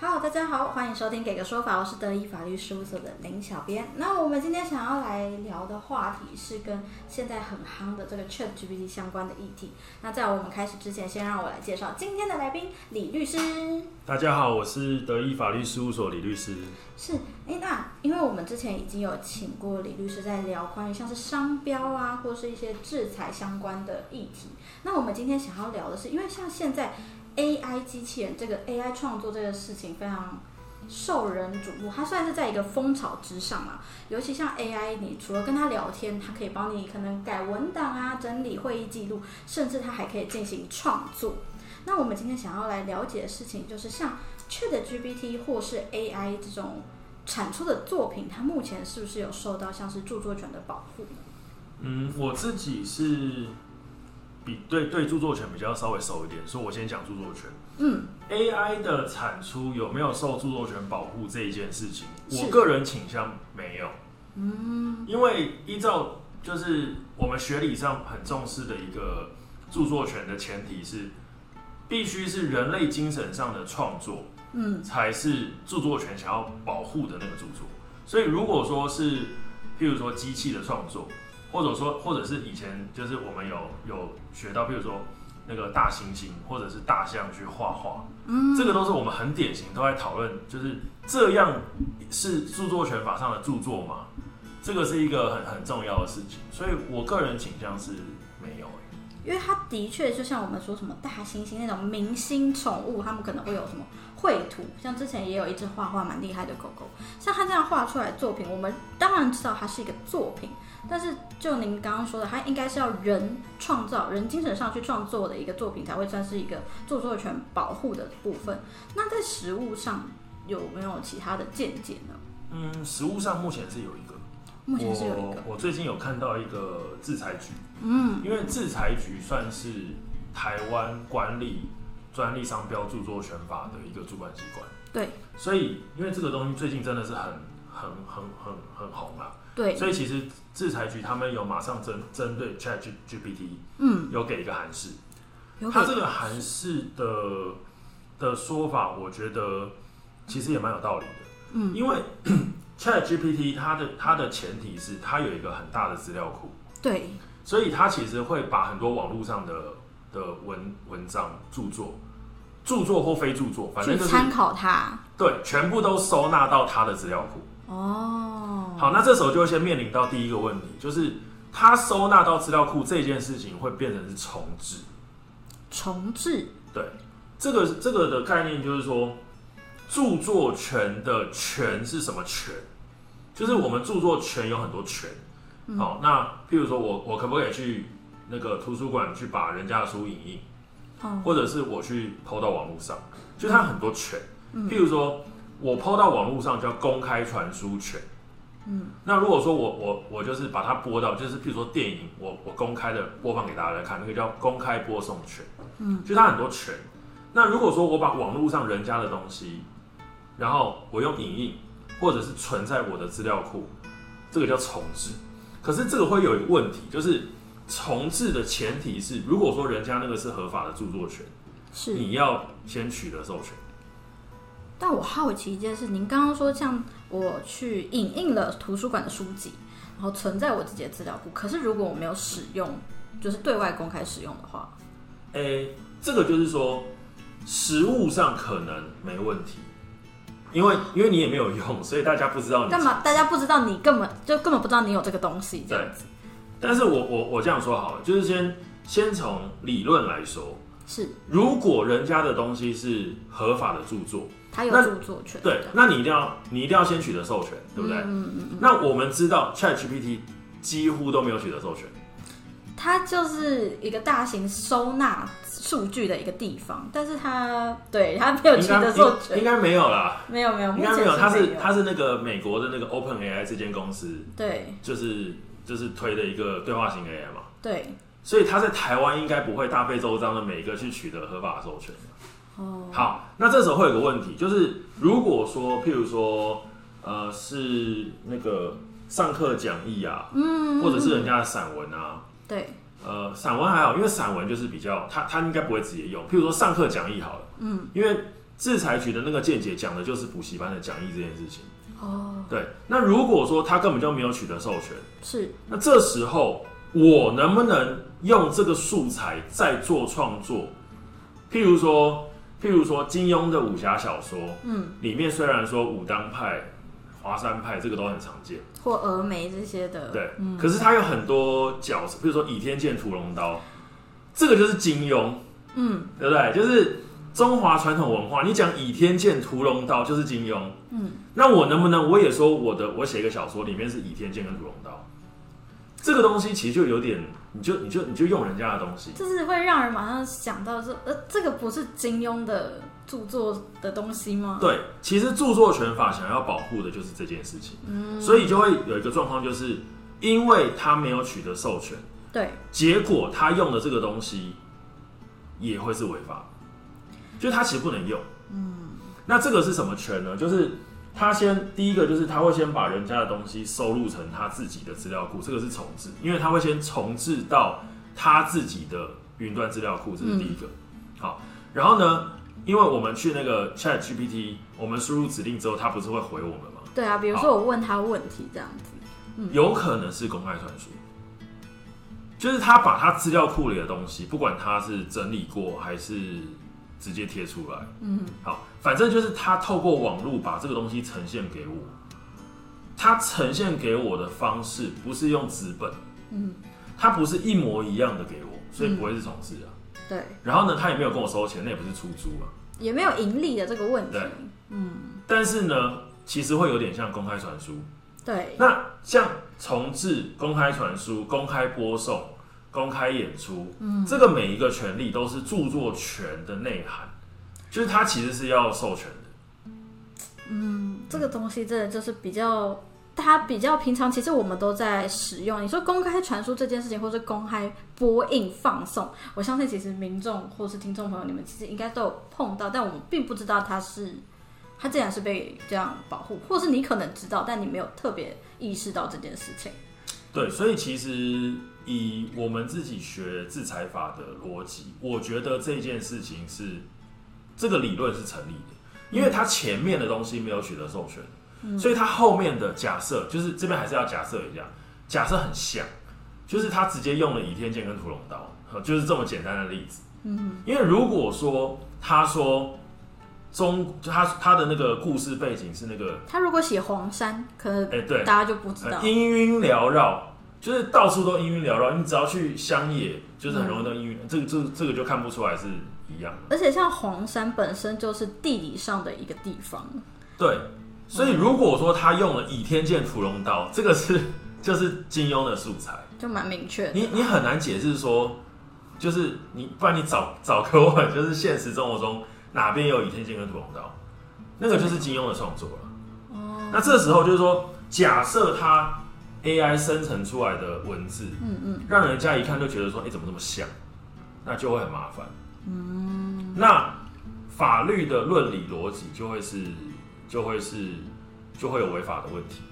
Hello，大家好，欢迎收听《给个说法》，我是德意法律事务所的林小编。那我们今天想要来聊的话题是跟现在很夯的这个 ChatGPT 相关的议题。那在我们开始之前，先让我来介绍今天的来宾李律师。大家好，我是德意法律事务所李律师。是，哎，那因为我们之前已经有请过李律师在聊关于像是商标啊，或是一些制裁相关的议题。那我们今天想要聊的是，因为像现在 AI 机器人这个 AI 创作这个事情非常受人瞩目，它虽然是在一个风潮之上嘛，尤其像 AI，你除了跟它聊天，它可以帮你可能改文档啊、整理会议记录，甚至它还可以进行创作。那我们今天想要来了解的事情，就是像 ChatGPT 或是 AI 这种产出的作品，它目前是不是有受到像是著作权的保护呢？嗯，我自己是比对对著作权比较稍微熟一点，所以我先讲著作权。嗯， AI 的产出有没有受著作权保护这一件事情，是我个人倾向没有。嗯，因为依照就是我们学理上很重视的一个著作权的前提是，必须是人类精神上的创作，嗯，才是著作权想要保护的那个著作。所以如果说是譬如说机器的创作，或者说或者是以前就是我们有有学到，譬如说那个大猩猩或者是大象去画画，嗯，这个都是我们很典型都在讨论，就是这样是著作权法上的著作吗？这个是一个很很重要的事情，所以我个人倾向是没有、欸因为它的确就像我们说什么大猩猩那种明星宠物，他们可能会有什么绘图，像之前也有一只画画蛮厉害的狗狗，像它这样画出来的作品，我们当然知道它是一个作品，但是就您刚刚说的，它应该是要人创造、人精神上去创作的一个作品，才会算是一个著作权保护的部分。那在实物上有没有其他的见解呢？嗯，实物上目前是有一个，目前是有一个，我我最近有看到一个制裁局，嗯，因为制裁局算是台湾管理专利商标著作权法的一个主管机关，对所以因为这个东西最近真的是很很很很很红啊，对，所以其实制裁局他们有马上针针对 Chat G GPT 嗯，有给一个函释，有他可这个韩式的的说法，我觉得其实也蛮有道理的。嗯，因为 Chat GPT 它的它的前提是它有一个很大的资料库，对，所以它其实会把很多网络上的的文文章、著作、著作或非著作，反去正就是参考它，对，全部都收纳到它的资料库。哦，好，那这时候就会先面临到第一个问题，就是它收纳到资料库这件事情会变成是重置。重置。对，这个这个的概念就是说，著作权的权是什么权？就是我们著作权有很多权。好，那譬如说我我可不可以去那个图书馆去把人家的书影印，哦，或者是我去抛到网络上，就它很多权。嗯譬如说我抛到网络上叫公开传输权。嗯，那如果说我我我就是把它播到，就是譬如说电影，我我公开的播放给大家看，那个叫公开播送权。嗯，就它很多权。那如果说我把网络上人家的东西，然后我用影印或者是存在我的资料库，这个叫重置。可是这个会有一个问题，就是重置的前提是，如果说人家那个是合法的著作权，是。你要先取得授权。但我好奇一件事，您刚刚说像我去影印了图书馆的书籍，然后存在我自己的资料库，可是如果我没有使用，就是对外公开使用的话，诶、这个就是说，实物上可能没问题，因为因为你也没有用，所以大家不知道你干嘛？大家不知道你根本就根本不知道你有这个东西，这样子但是我我我这样说好了，就是先先从理论来说，是如果人家的东西是合法的著作，它有那著作权对的，，那你一定要你一定要先取得授权，嗯对不对？那我们知道 ChatGPT 几乎都没有取得授权，它就是一个大型收纳数据的一个地方，但是它对它没有取得授应权，该没有啦，没有没有，啊目应该前没有。它是是没有它是那个美国的那个 OpenAI 这间公司，对就是就是推的一个对话型 AI 嘛，对所以它在台湾应该不会大费周章的每一个去取得合法的授权。哦，好，那这时候会有个问题，就是如果说，譬如说，呃，是那个上课讲义啊，嗯，或者是人家的散文啊。对，呃，散文还好，因为散文就是比较，他他应该不会直接用。譬如说上课讲义好了，嗯，因为制裁局的那个见解讲的就是补习班的讲义这件事情。哦，对，那如果说他根本就没有取得授权，是那这时候我能不能用这个素材再做创作？譬如说，譬如说金庸的武侠小说嗯，里面，虽然说武当派、华山派这个都很常见，或峨眉这些的，嗯对，可是它有很多角色，比如说倚天剑、屠龙刀，这个就是金庸，嗯对不对？就是中华传统文化，你讲倚天剑、屠龙刀就是金庸，嗯，那我能不能我也说我的我写一个小说，里面是倚天剑跟屠龙刀，这个东西其实就有点，你就你就你就用人家的东西，就是会让人马上想到说，呃，这个不是金庸的著作的东西吗？对，其实著作权法想要保护的就是这件事情，嗯，所以就会有一个状况，就是因为他没有取得授权，对，结果他用的这个东西也会是违法，就是他其实不能用。嗯，那这个是什么权呢？就是他先第一个就是他会先把人家的东西收录成他自己的资料库，这个是重置，因为他会先重置到他自己的云端资料库，这是第一个。好，然后呢，因为我们去那个 Chat GPT，我们输入指令之后，它不是会回我们吗？对啊，比如说我问他问题这样子，有可能是公开传输，就是他把他资料库里的东西，不管他是整理过还是直接贴出来，嗯，好，反正就是他透过网络把这个东西呈现给我，他呈现给我的方式不是用纸本，嗯，他不是一模一样的给我，所以不会是重置啊。对，然后呢，他也没有跟我收钱，那也不是出租啊。也没有盈利的这个问题对，嗯，但是呢，其实会有点像公开传输，对，那像重置、公开传输、公开播送、公开演出，嗯，这个每一个权利都是著作权的内涵，就是它其实是要授权的。嗯，这个东西真的就是比较，它比较平常，其实我们都在使用。你说公开传输这件事情，或是公开播映放送，我相信其实民众或是听众朋友，你们其实应该都有碰到，但我们并不知道它是，它竟然是被这样保护，或是你可能知道，但你没有特别意识到这件事情。对，所以其实以我们自己学制裁法的逻辑，我觉得这件事情是这个理论是成立的，因为它前面的东西没有取得授权，所以它后面的假设就是这边还是要假设一下，假设很像，就是他直接用了倚天剑跟屠龙刀，呃就是这么简单的例子。嗯，因为如果说他说中他他的那个故事背景是那个他如果写黄山，可能哎、对，大家就不知道呃，氤氲缭绕，就是到处都氤氲缭绕，你只要去乡野，就是很容易都氤氲，这个这个这个就看不出来是一样的。而且像黄山本身就是地理上的一个地方，对，所以如果说他用了倚天剑、屠龙刀，这个是就是金庸的素材，就蛮明确的。你你很难解释说，就是你不然你找找给我，就是现实生活中哪边有倚天剑跟屠龙刀，那个就是金庸的创作了。哦，那这时候就是说，假设它 AI 生成出来的文字，嗯嗯，让人家一看就觉得说，哎、怎么这么像？那就会很麻烦。嗯，那法律的论理逻辑就会是，就会是，就会有违法的问题。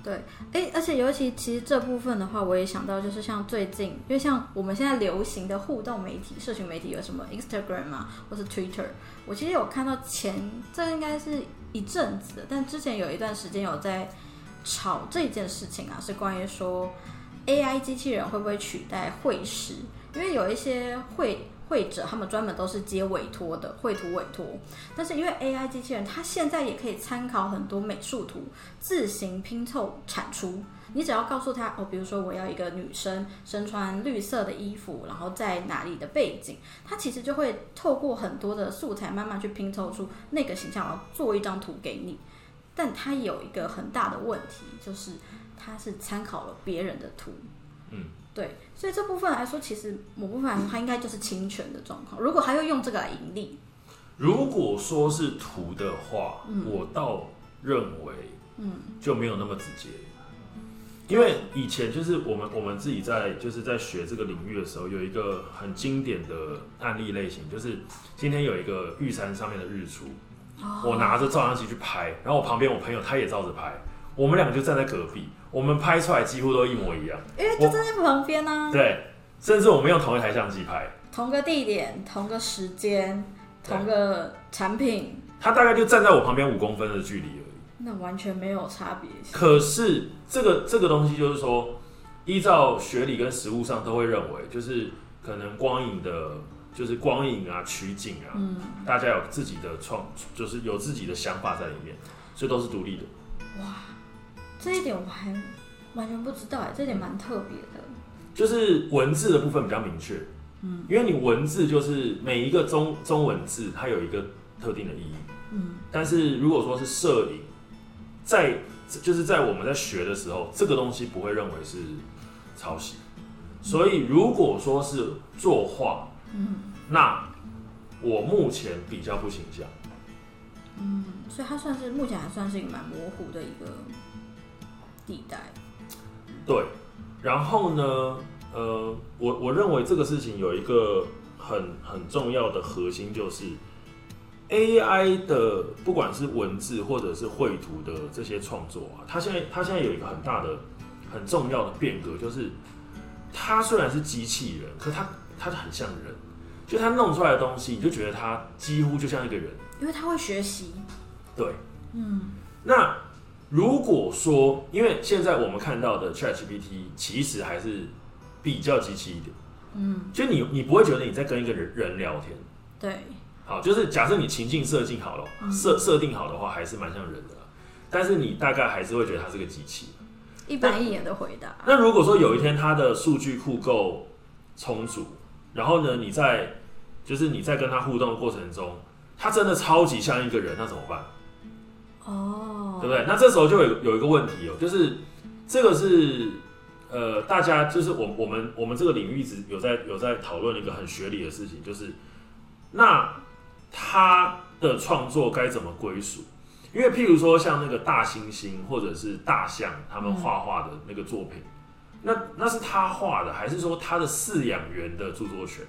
对，哎，而且尤其其实这部分的话，我也想到，就是像最近，因为像我们现在流行的互动媒体、社群媒体有什么 Instagram 啊，或是 Twitter，我其实有看到前这应该是一阵子的，但之前有一段时间有在吵这件事情啊，是关于说 AI 机器人会不会取代会师，因为有一些会。会者他们专门都是接委托的，绘图委托。但是因为 AI 机器人，它现在也可以参考很多美术图，自行拼凑产出。你只要告诉他哦，比如说我要一个女生身穿绿色的衣服，然后在哪里的背景，它其实就会透过很多的素材慢慢去拼凑出那个形象，然后做一张图给你。但它有一个很大的问题，就是它是参考了别人的图。嗯，对，所以这部分来说，其实某部分来说，它应该就是侵权的状况。如果还要用这个来盈利，如果说是图的话，我倒认为，嗯，就没有那么直接，因为以前就是我们我们自己在就是在学这个领域的时候，有一个很经典的案例类型，就是今天有一个玉山上面的日出，我拿着照相机去拍，然后我旁边我朋友他也照着拍，我们两个就站在隔壁，我们拍出来几乎都一模一样，因为就站在旁边呢、啊，对，甚至我们用同一台相机拍，同个地点、同个时间、同个产品，他大概就站在我旁边五公分的距离而已。那完全没有差别。可是这个这个东西就是说，依照学理跟实物上都会认为，就是可能光影的，就是光影啊、取景啊，嗯，大家有自己的创，就是有自己的想法在里面，所以都是独立的。哇，这一点我还完全不知道哎，这一点蛮特别的。就是文字的部分比较明确，嗯，因为你文字就是每一个中中文字它有一个特定的意义，嗯，但是如果说是摄影，在就是在我们在学的时候，这个东西不会认为是抄袭。所以如果说是作画，嗯那我目前比较不倾向。嗯，所以它算是目前还算是一个蛮模糊的一个地带。对，然后呢，呃，我我认为这个事情有一个很很重要的核心就是 AI 的不管是文字或者是绘图的这些创作啊，它现在它现在有一个很大的很重要的变革，就是它虽然是机器人，可它它很像人，就它弄出来的东西，你就觉得它几乎就像一个人。因为他会学习。对，嗯那如果说，因为现在我们看到的 ChatGPT 其实还是比较机器一点，嗯，就你你不会觉得你在跟一个人人聊天。对，好，就是假设你情境设定好了，嗯设设定好的话，还是蛮像人的啦，但是你大概还是会觉得它是个机器。一板一眼的回答。那如果说有一天它的数据库够充足，然后呢，你在就是你在跟它互动的过程中，它真的超级像一个人，那怎么办？哦，对不对？那这时候就有有一个问题哦，就是这个是呃，大家就是我我们我们这个领域一直有在有在讨论一个很学理的事情，就是那他的创作该怎么归属？因为譬如说像那个大猩猩或者是大象，他们画画的那个作品，那那是他画的，还是说他的饲养员的著作权？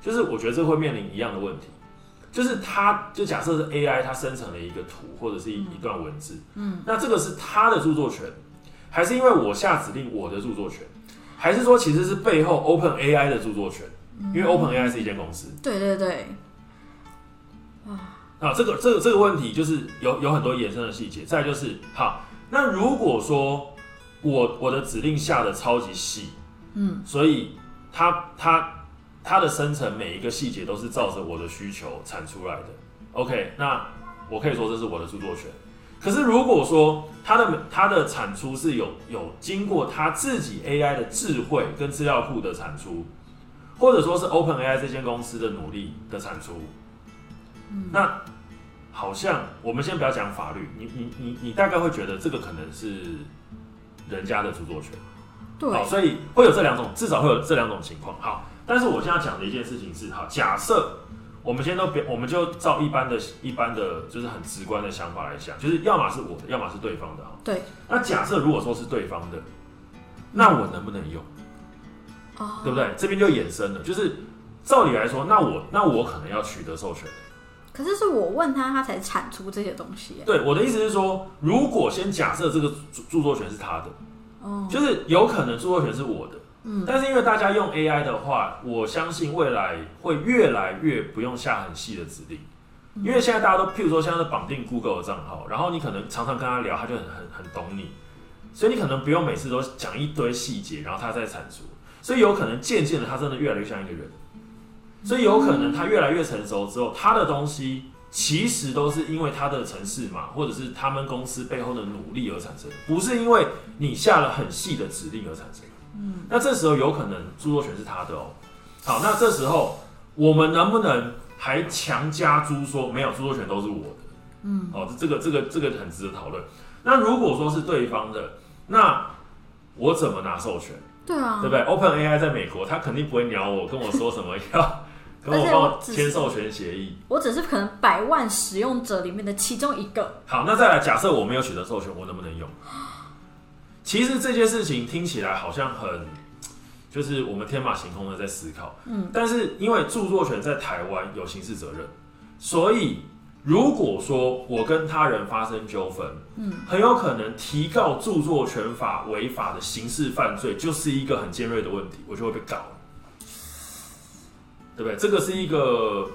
就是我觉得这会面临一样的问题，就是他就假设是 AI，它生成了一个图或者是一一段文字，嗯，那这个是他的著作权，还是因为我下指令我的著作权，还是说其实是背后 Open AI 的著作权？因为 Open AI 是一间公司对对对，哇，啊，这个这个这个问题就是有有很多延伸的细节。再来就是，好，那如果说我我的指令下的超级细，嗯所以它它它的生成每一个细节都是照着我的需求产出来的。OK，那我可以说这是我的著作权。可是如果说它的它的产出是有有经过它自己 AI 的智慧跟资料库的产出，或者说是 OpenAI 这间公司的努力的产出，嗯，那好像我们先不要讲法律，你你你你大概会觉得这个可能是人家的著作权。好，对，所以会有这两种，至少会有这两种情况。好，但是我现在讲的一件事情是，好，假设我们先都别，我们就照一般的、一般的，就是很直观的想法来想，就是要么是我的，要么是对方的。哈，对，那假设如果说是对方的，那我能不能用？哦，对不？对？这边就衍生了，就是照理来说，那我那我可能要取得授权。可是是我问他，他才产出这些东西耶。欸对，我的意思是说，如果先假设这个著著作权是他的，哦，就是有可能著作权是我的，嗯但是因为大家用 AI 的话，我相信未来会越来越不用下很细的指令，嗯因为现在大家都，譬如说现在都绑定 Google 的账号，然后你可能常常跟他聊，他就很很很懂你，所以你可能不用每次都讲一堆细节，然后他再产出，所以有可能渐渐的他真的越来越像一个人，所以有可能他越来越成熟之后，他的东西。其实都是因为他的城市嘛，或者是他们公司背后的努力而产生，不是因为你下了很细的指令而产生。嗯，那这时候有可能著作权是他的哦。好，那这时候我们能不能还强加诸说没有著作权都是我的？嗯，哦，这这个这个这个很值得讨论。那如果说是对方的，那我怎么拿授权？对啊，对不对？Open AI 在美国，他肯定不会鸟我，跟我说什么 要跟我而且帮我我只签授权协议。我只是可能百万使用者里面的其中一个。好，那再来，假设我没有取得授权，我能不能用？其实这件事情听起来好像很，就是我们天马行空的在思考，嗯，但是因为著作权在台湾有刑事责任，所以如果说我跟他人发生纠纷，嗯，很有可能提告著作权法违法的刑事犯罪，就是一个很尖锐的问题，我就会被告了，对不对？这个是一个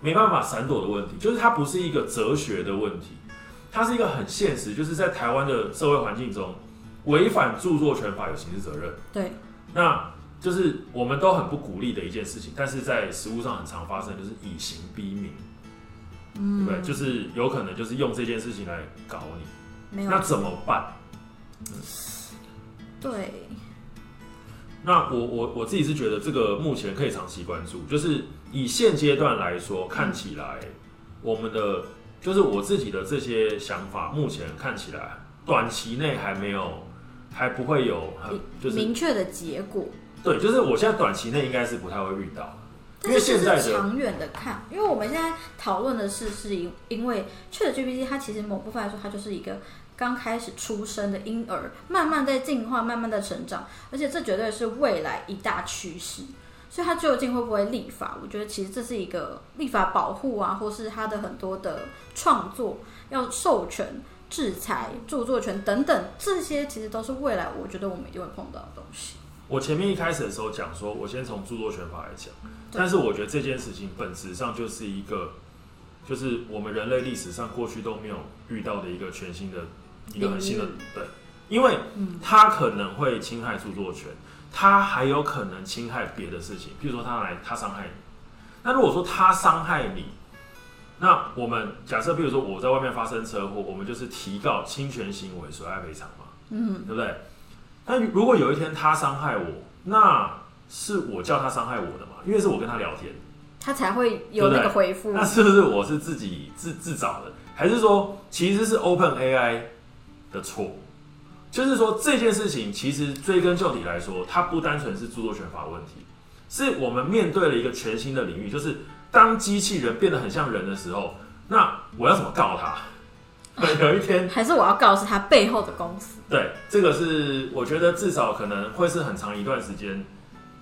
没办法闪躲的问题，就是它不是一个哲学的问题，它是一个很现实，就是在台湾的社会环境中，违反著作权法有刑事责任。对，那就是我们都很不鼓励的一件事情，但是在实务上很常发生，就是以刑逼民，嗯，对不对，就是有可能就是用这件事情来搞你，没那有怎么办？对，那我我我自己是觉得这个目前可以长期关注，就是以现阶段来说，看起来我们的就是我自己的这些想法，目前看起来短期内还没有，还不会有很就是明确的结果。对，就是我现在短期内应该是不太会遇到，因但为是这现在的是长远的看，因为我们现在讨论的是，是因因为 ChatGPT 它其实某部分来说，它就是一个刚开始出生的婴儿，慢慢在进化，慢慢在成长，而且这绝对是未来一大趋势。所以它究竟会不会立法？我觉得其实这是一个立法保护啊，或是它的很多的创作要授权、制裁、著作权等等，这些其实都是未来我觉得我们一定会碰到的东西。我前面一开始的时候讲说，我先从著作权法来讲，对但是我觉得这件事情本质上就是一个，就是我们人类历史上过去都没有遇到的一个全新的、一个很新的领域嗯对，因为它可能会侵害著作权，它还有可能侵害别的事情，譬如说它来它伤害你，那如果说它伤害你。那我们假设，譬如说我在外面发生车祸，我们就是提告侵权行为损害赔偿嘛，嗯，对不对？那如果有一天他伤害我，那是我叫他伤害我的嘛，因为是我跟他聊天，它才会有那个回复。那是不是我是自己自自找的，还是说其实是 Open AI 的错？就是说这件事情其实追根究底来说，它不单纯是著作权法问题，是我们面对了一个全新的领域，就是当机器人变得很像人的时候，那我要怎么告他？ 有一天还是我要告诉他背后的公司？对，这个是我觉得至少可能会是很长一段时间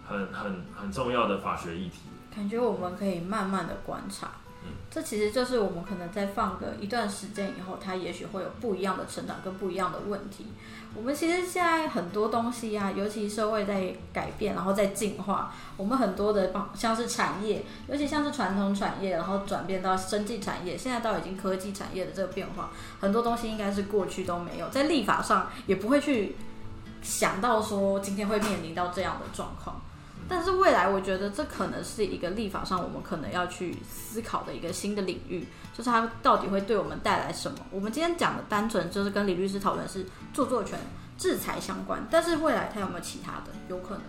很很很重要的法学议题。感觉我们可以慢慢的观察，嗯这其实就是我们可能再放个一段时间以后，它也许会有不一样的成长跟不一样的问题。我们其实现在很多东西啊，尤其社会在改变，然后在进化，我们很多的帮像是产业，尤其像是传统产业，然后转变到生技产业，现在到已经科技产业的这个变化，很多东西应该是过去都没有，在立法上也不会去想到说今天会面临到这样的状况。但是未来，我觉得这可能是一个立法上我们可能要去思考的一个新的领域，就是它到底会对我们带来什么。我们今天讲的单纯就是跟李律师讨论是著作权制裁相关，但是未来它有没有其他的？有可能，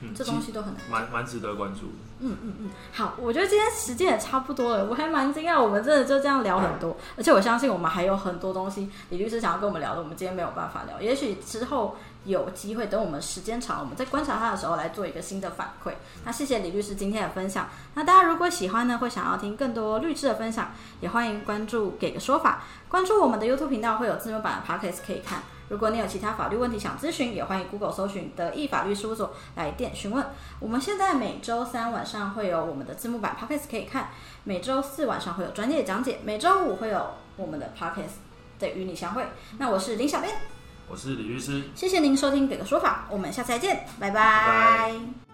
嗯，这其东实西都很难。蛮蛮值得关注的。嗯嗯嗯，好，我觉得今天时间也差不多了，我还蛮惊讶，我们真的就这样聊很多，而且我相信我们还有很多东西，李律师想要跟我们聊的，我们今天没有办法聊，也许之后有机会，等我们时间长了，我们在观察他的时候来做一个新的反馈。那谢谢李律师今天的分享，那大家如果喜欢呢，会想要听更多律师的分享，也欢迎关注给个说法，关注我们的 YouTube 频道，会有字幕版的 Podcast 可以看。如果你有其他法律问题想咨询，也欢迎 Google 搜寻德意法律事务所来电询问。我们现在每周三晚上会有我们的字幕版 podcast 可以看，每周四晚上会有专业讲解，每周五会有我们的 podcast 的与你相会。那我是林小编，我是李律师，谢谢您收听《给个说法》，我们下次再见，拜拜拜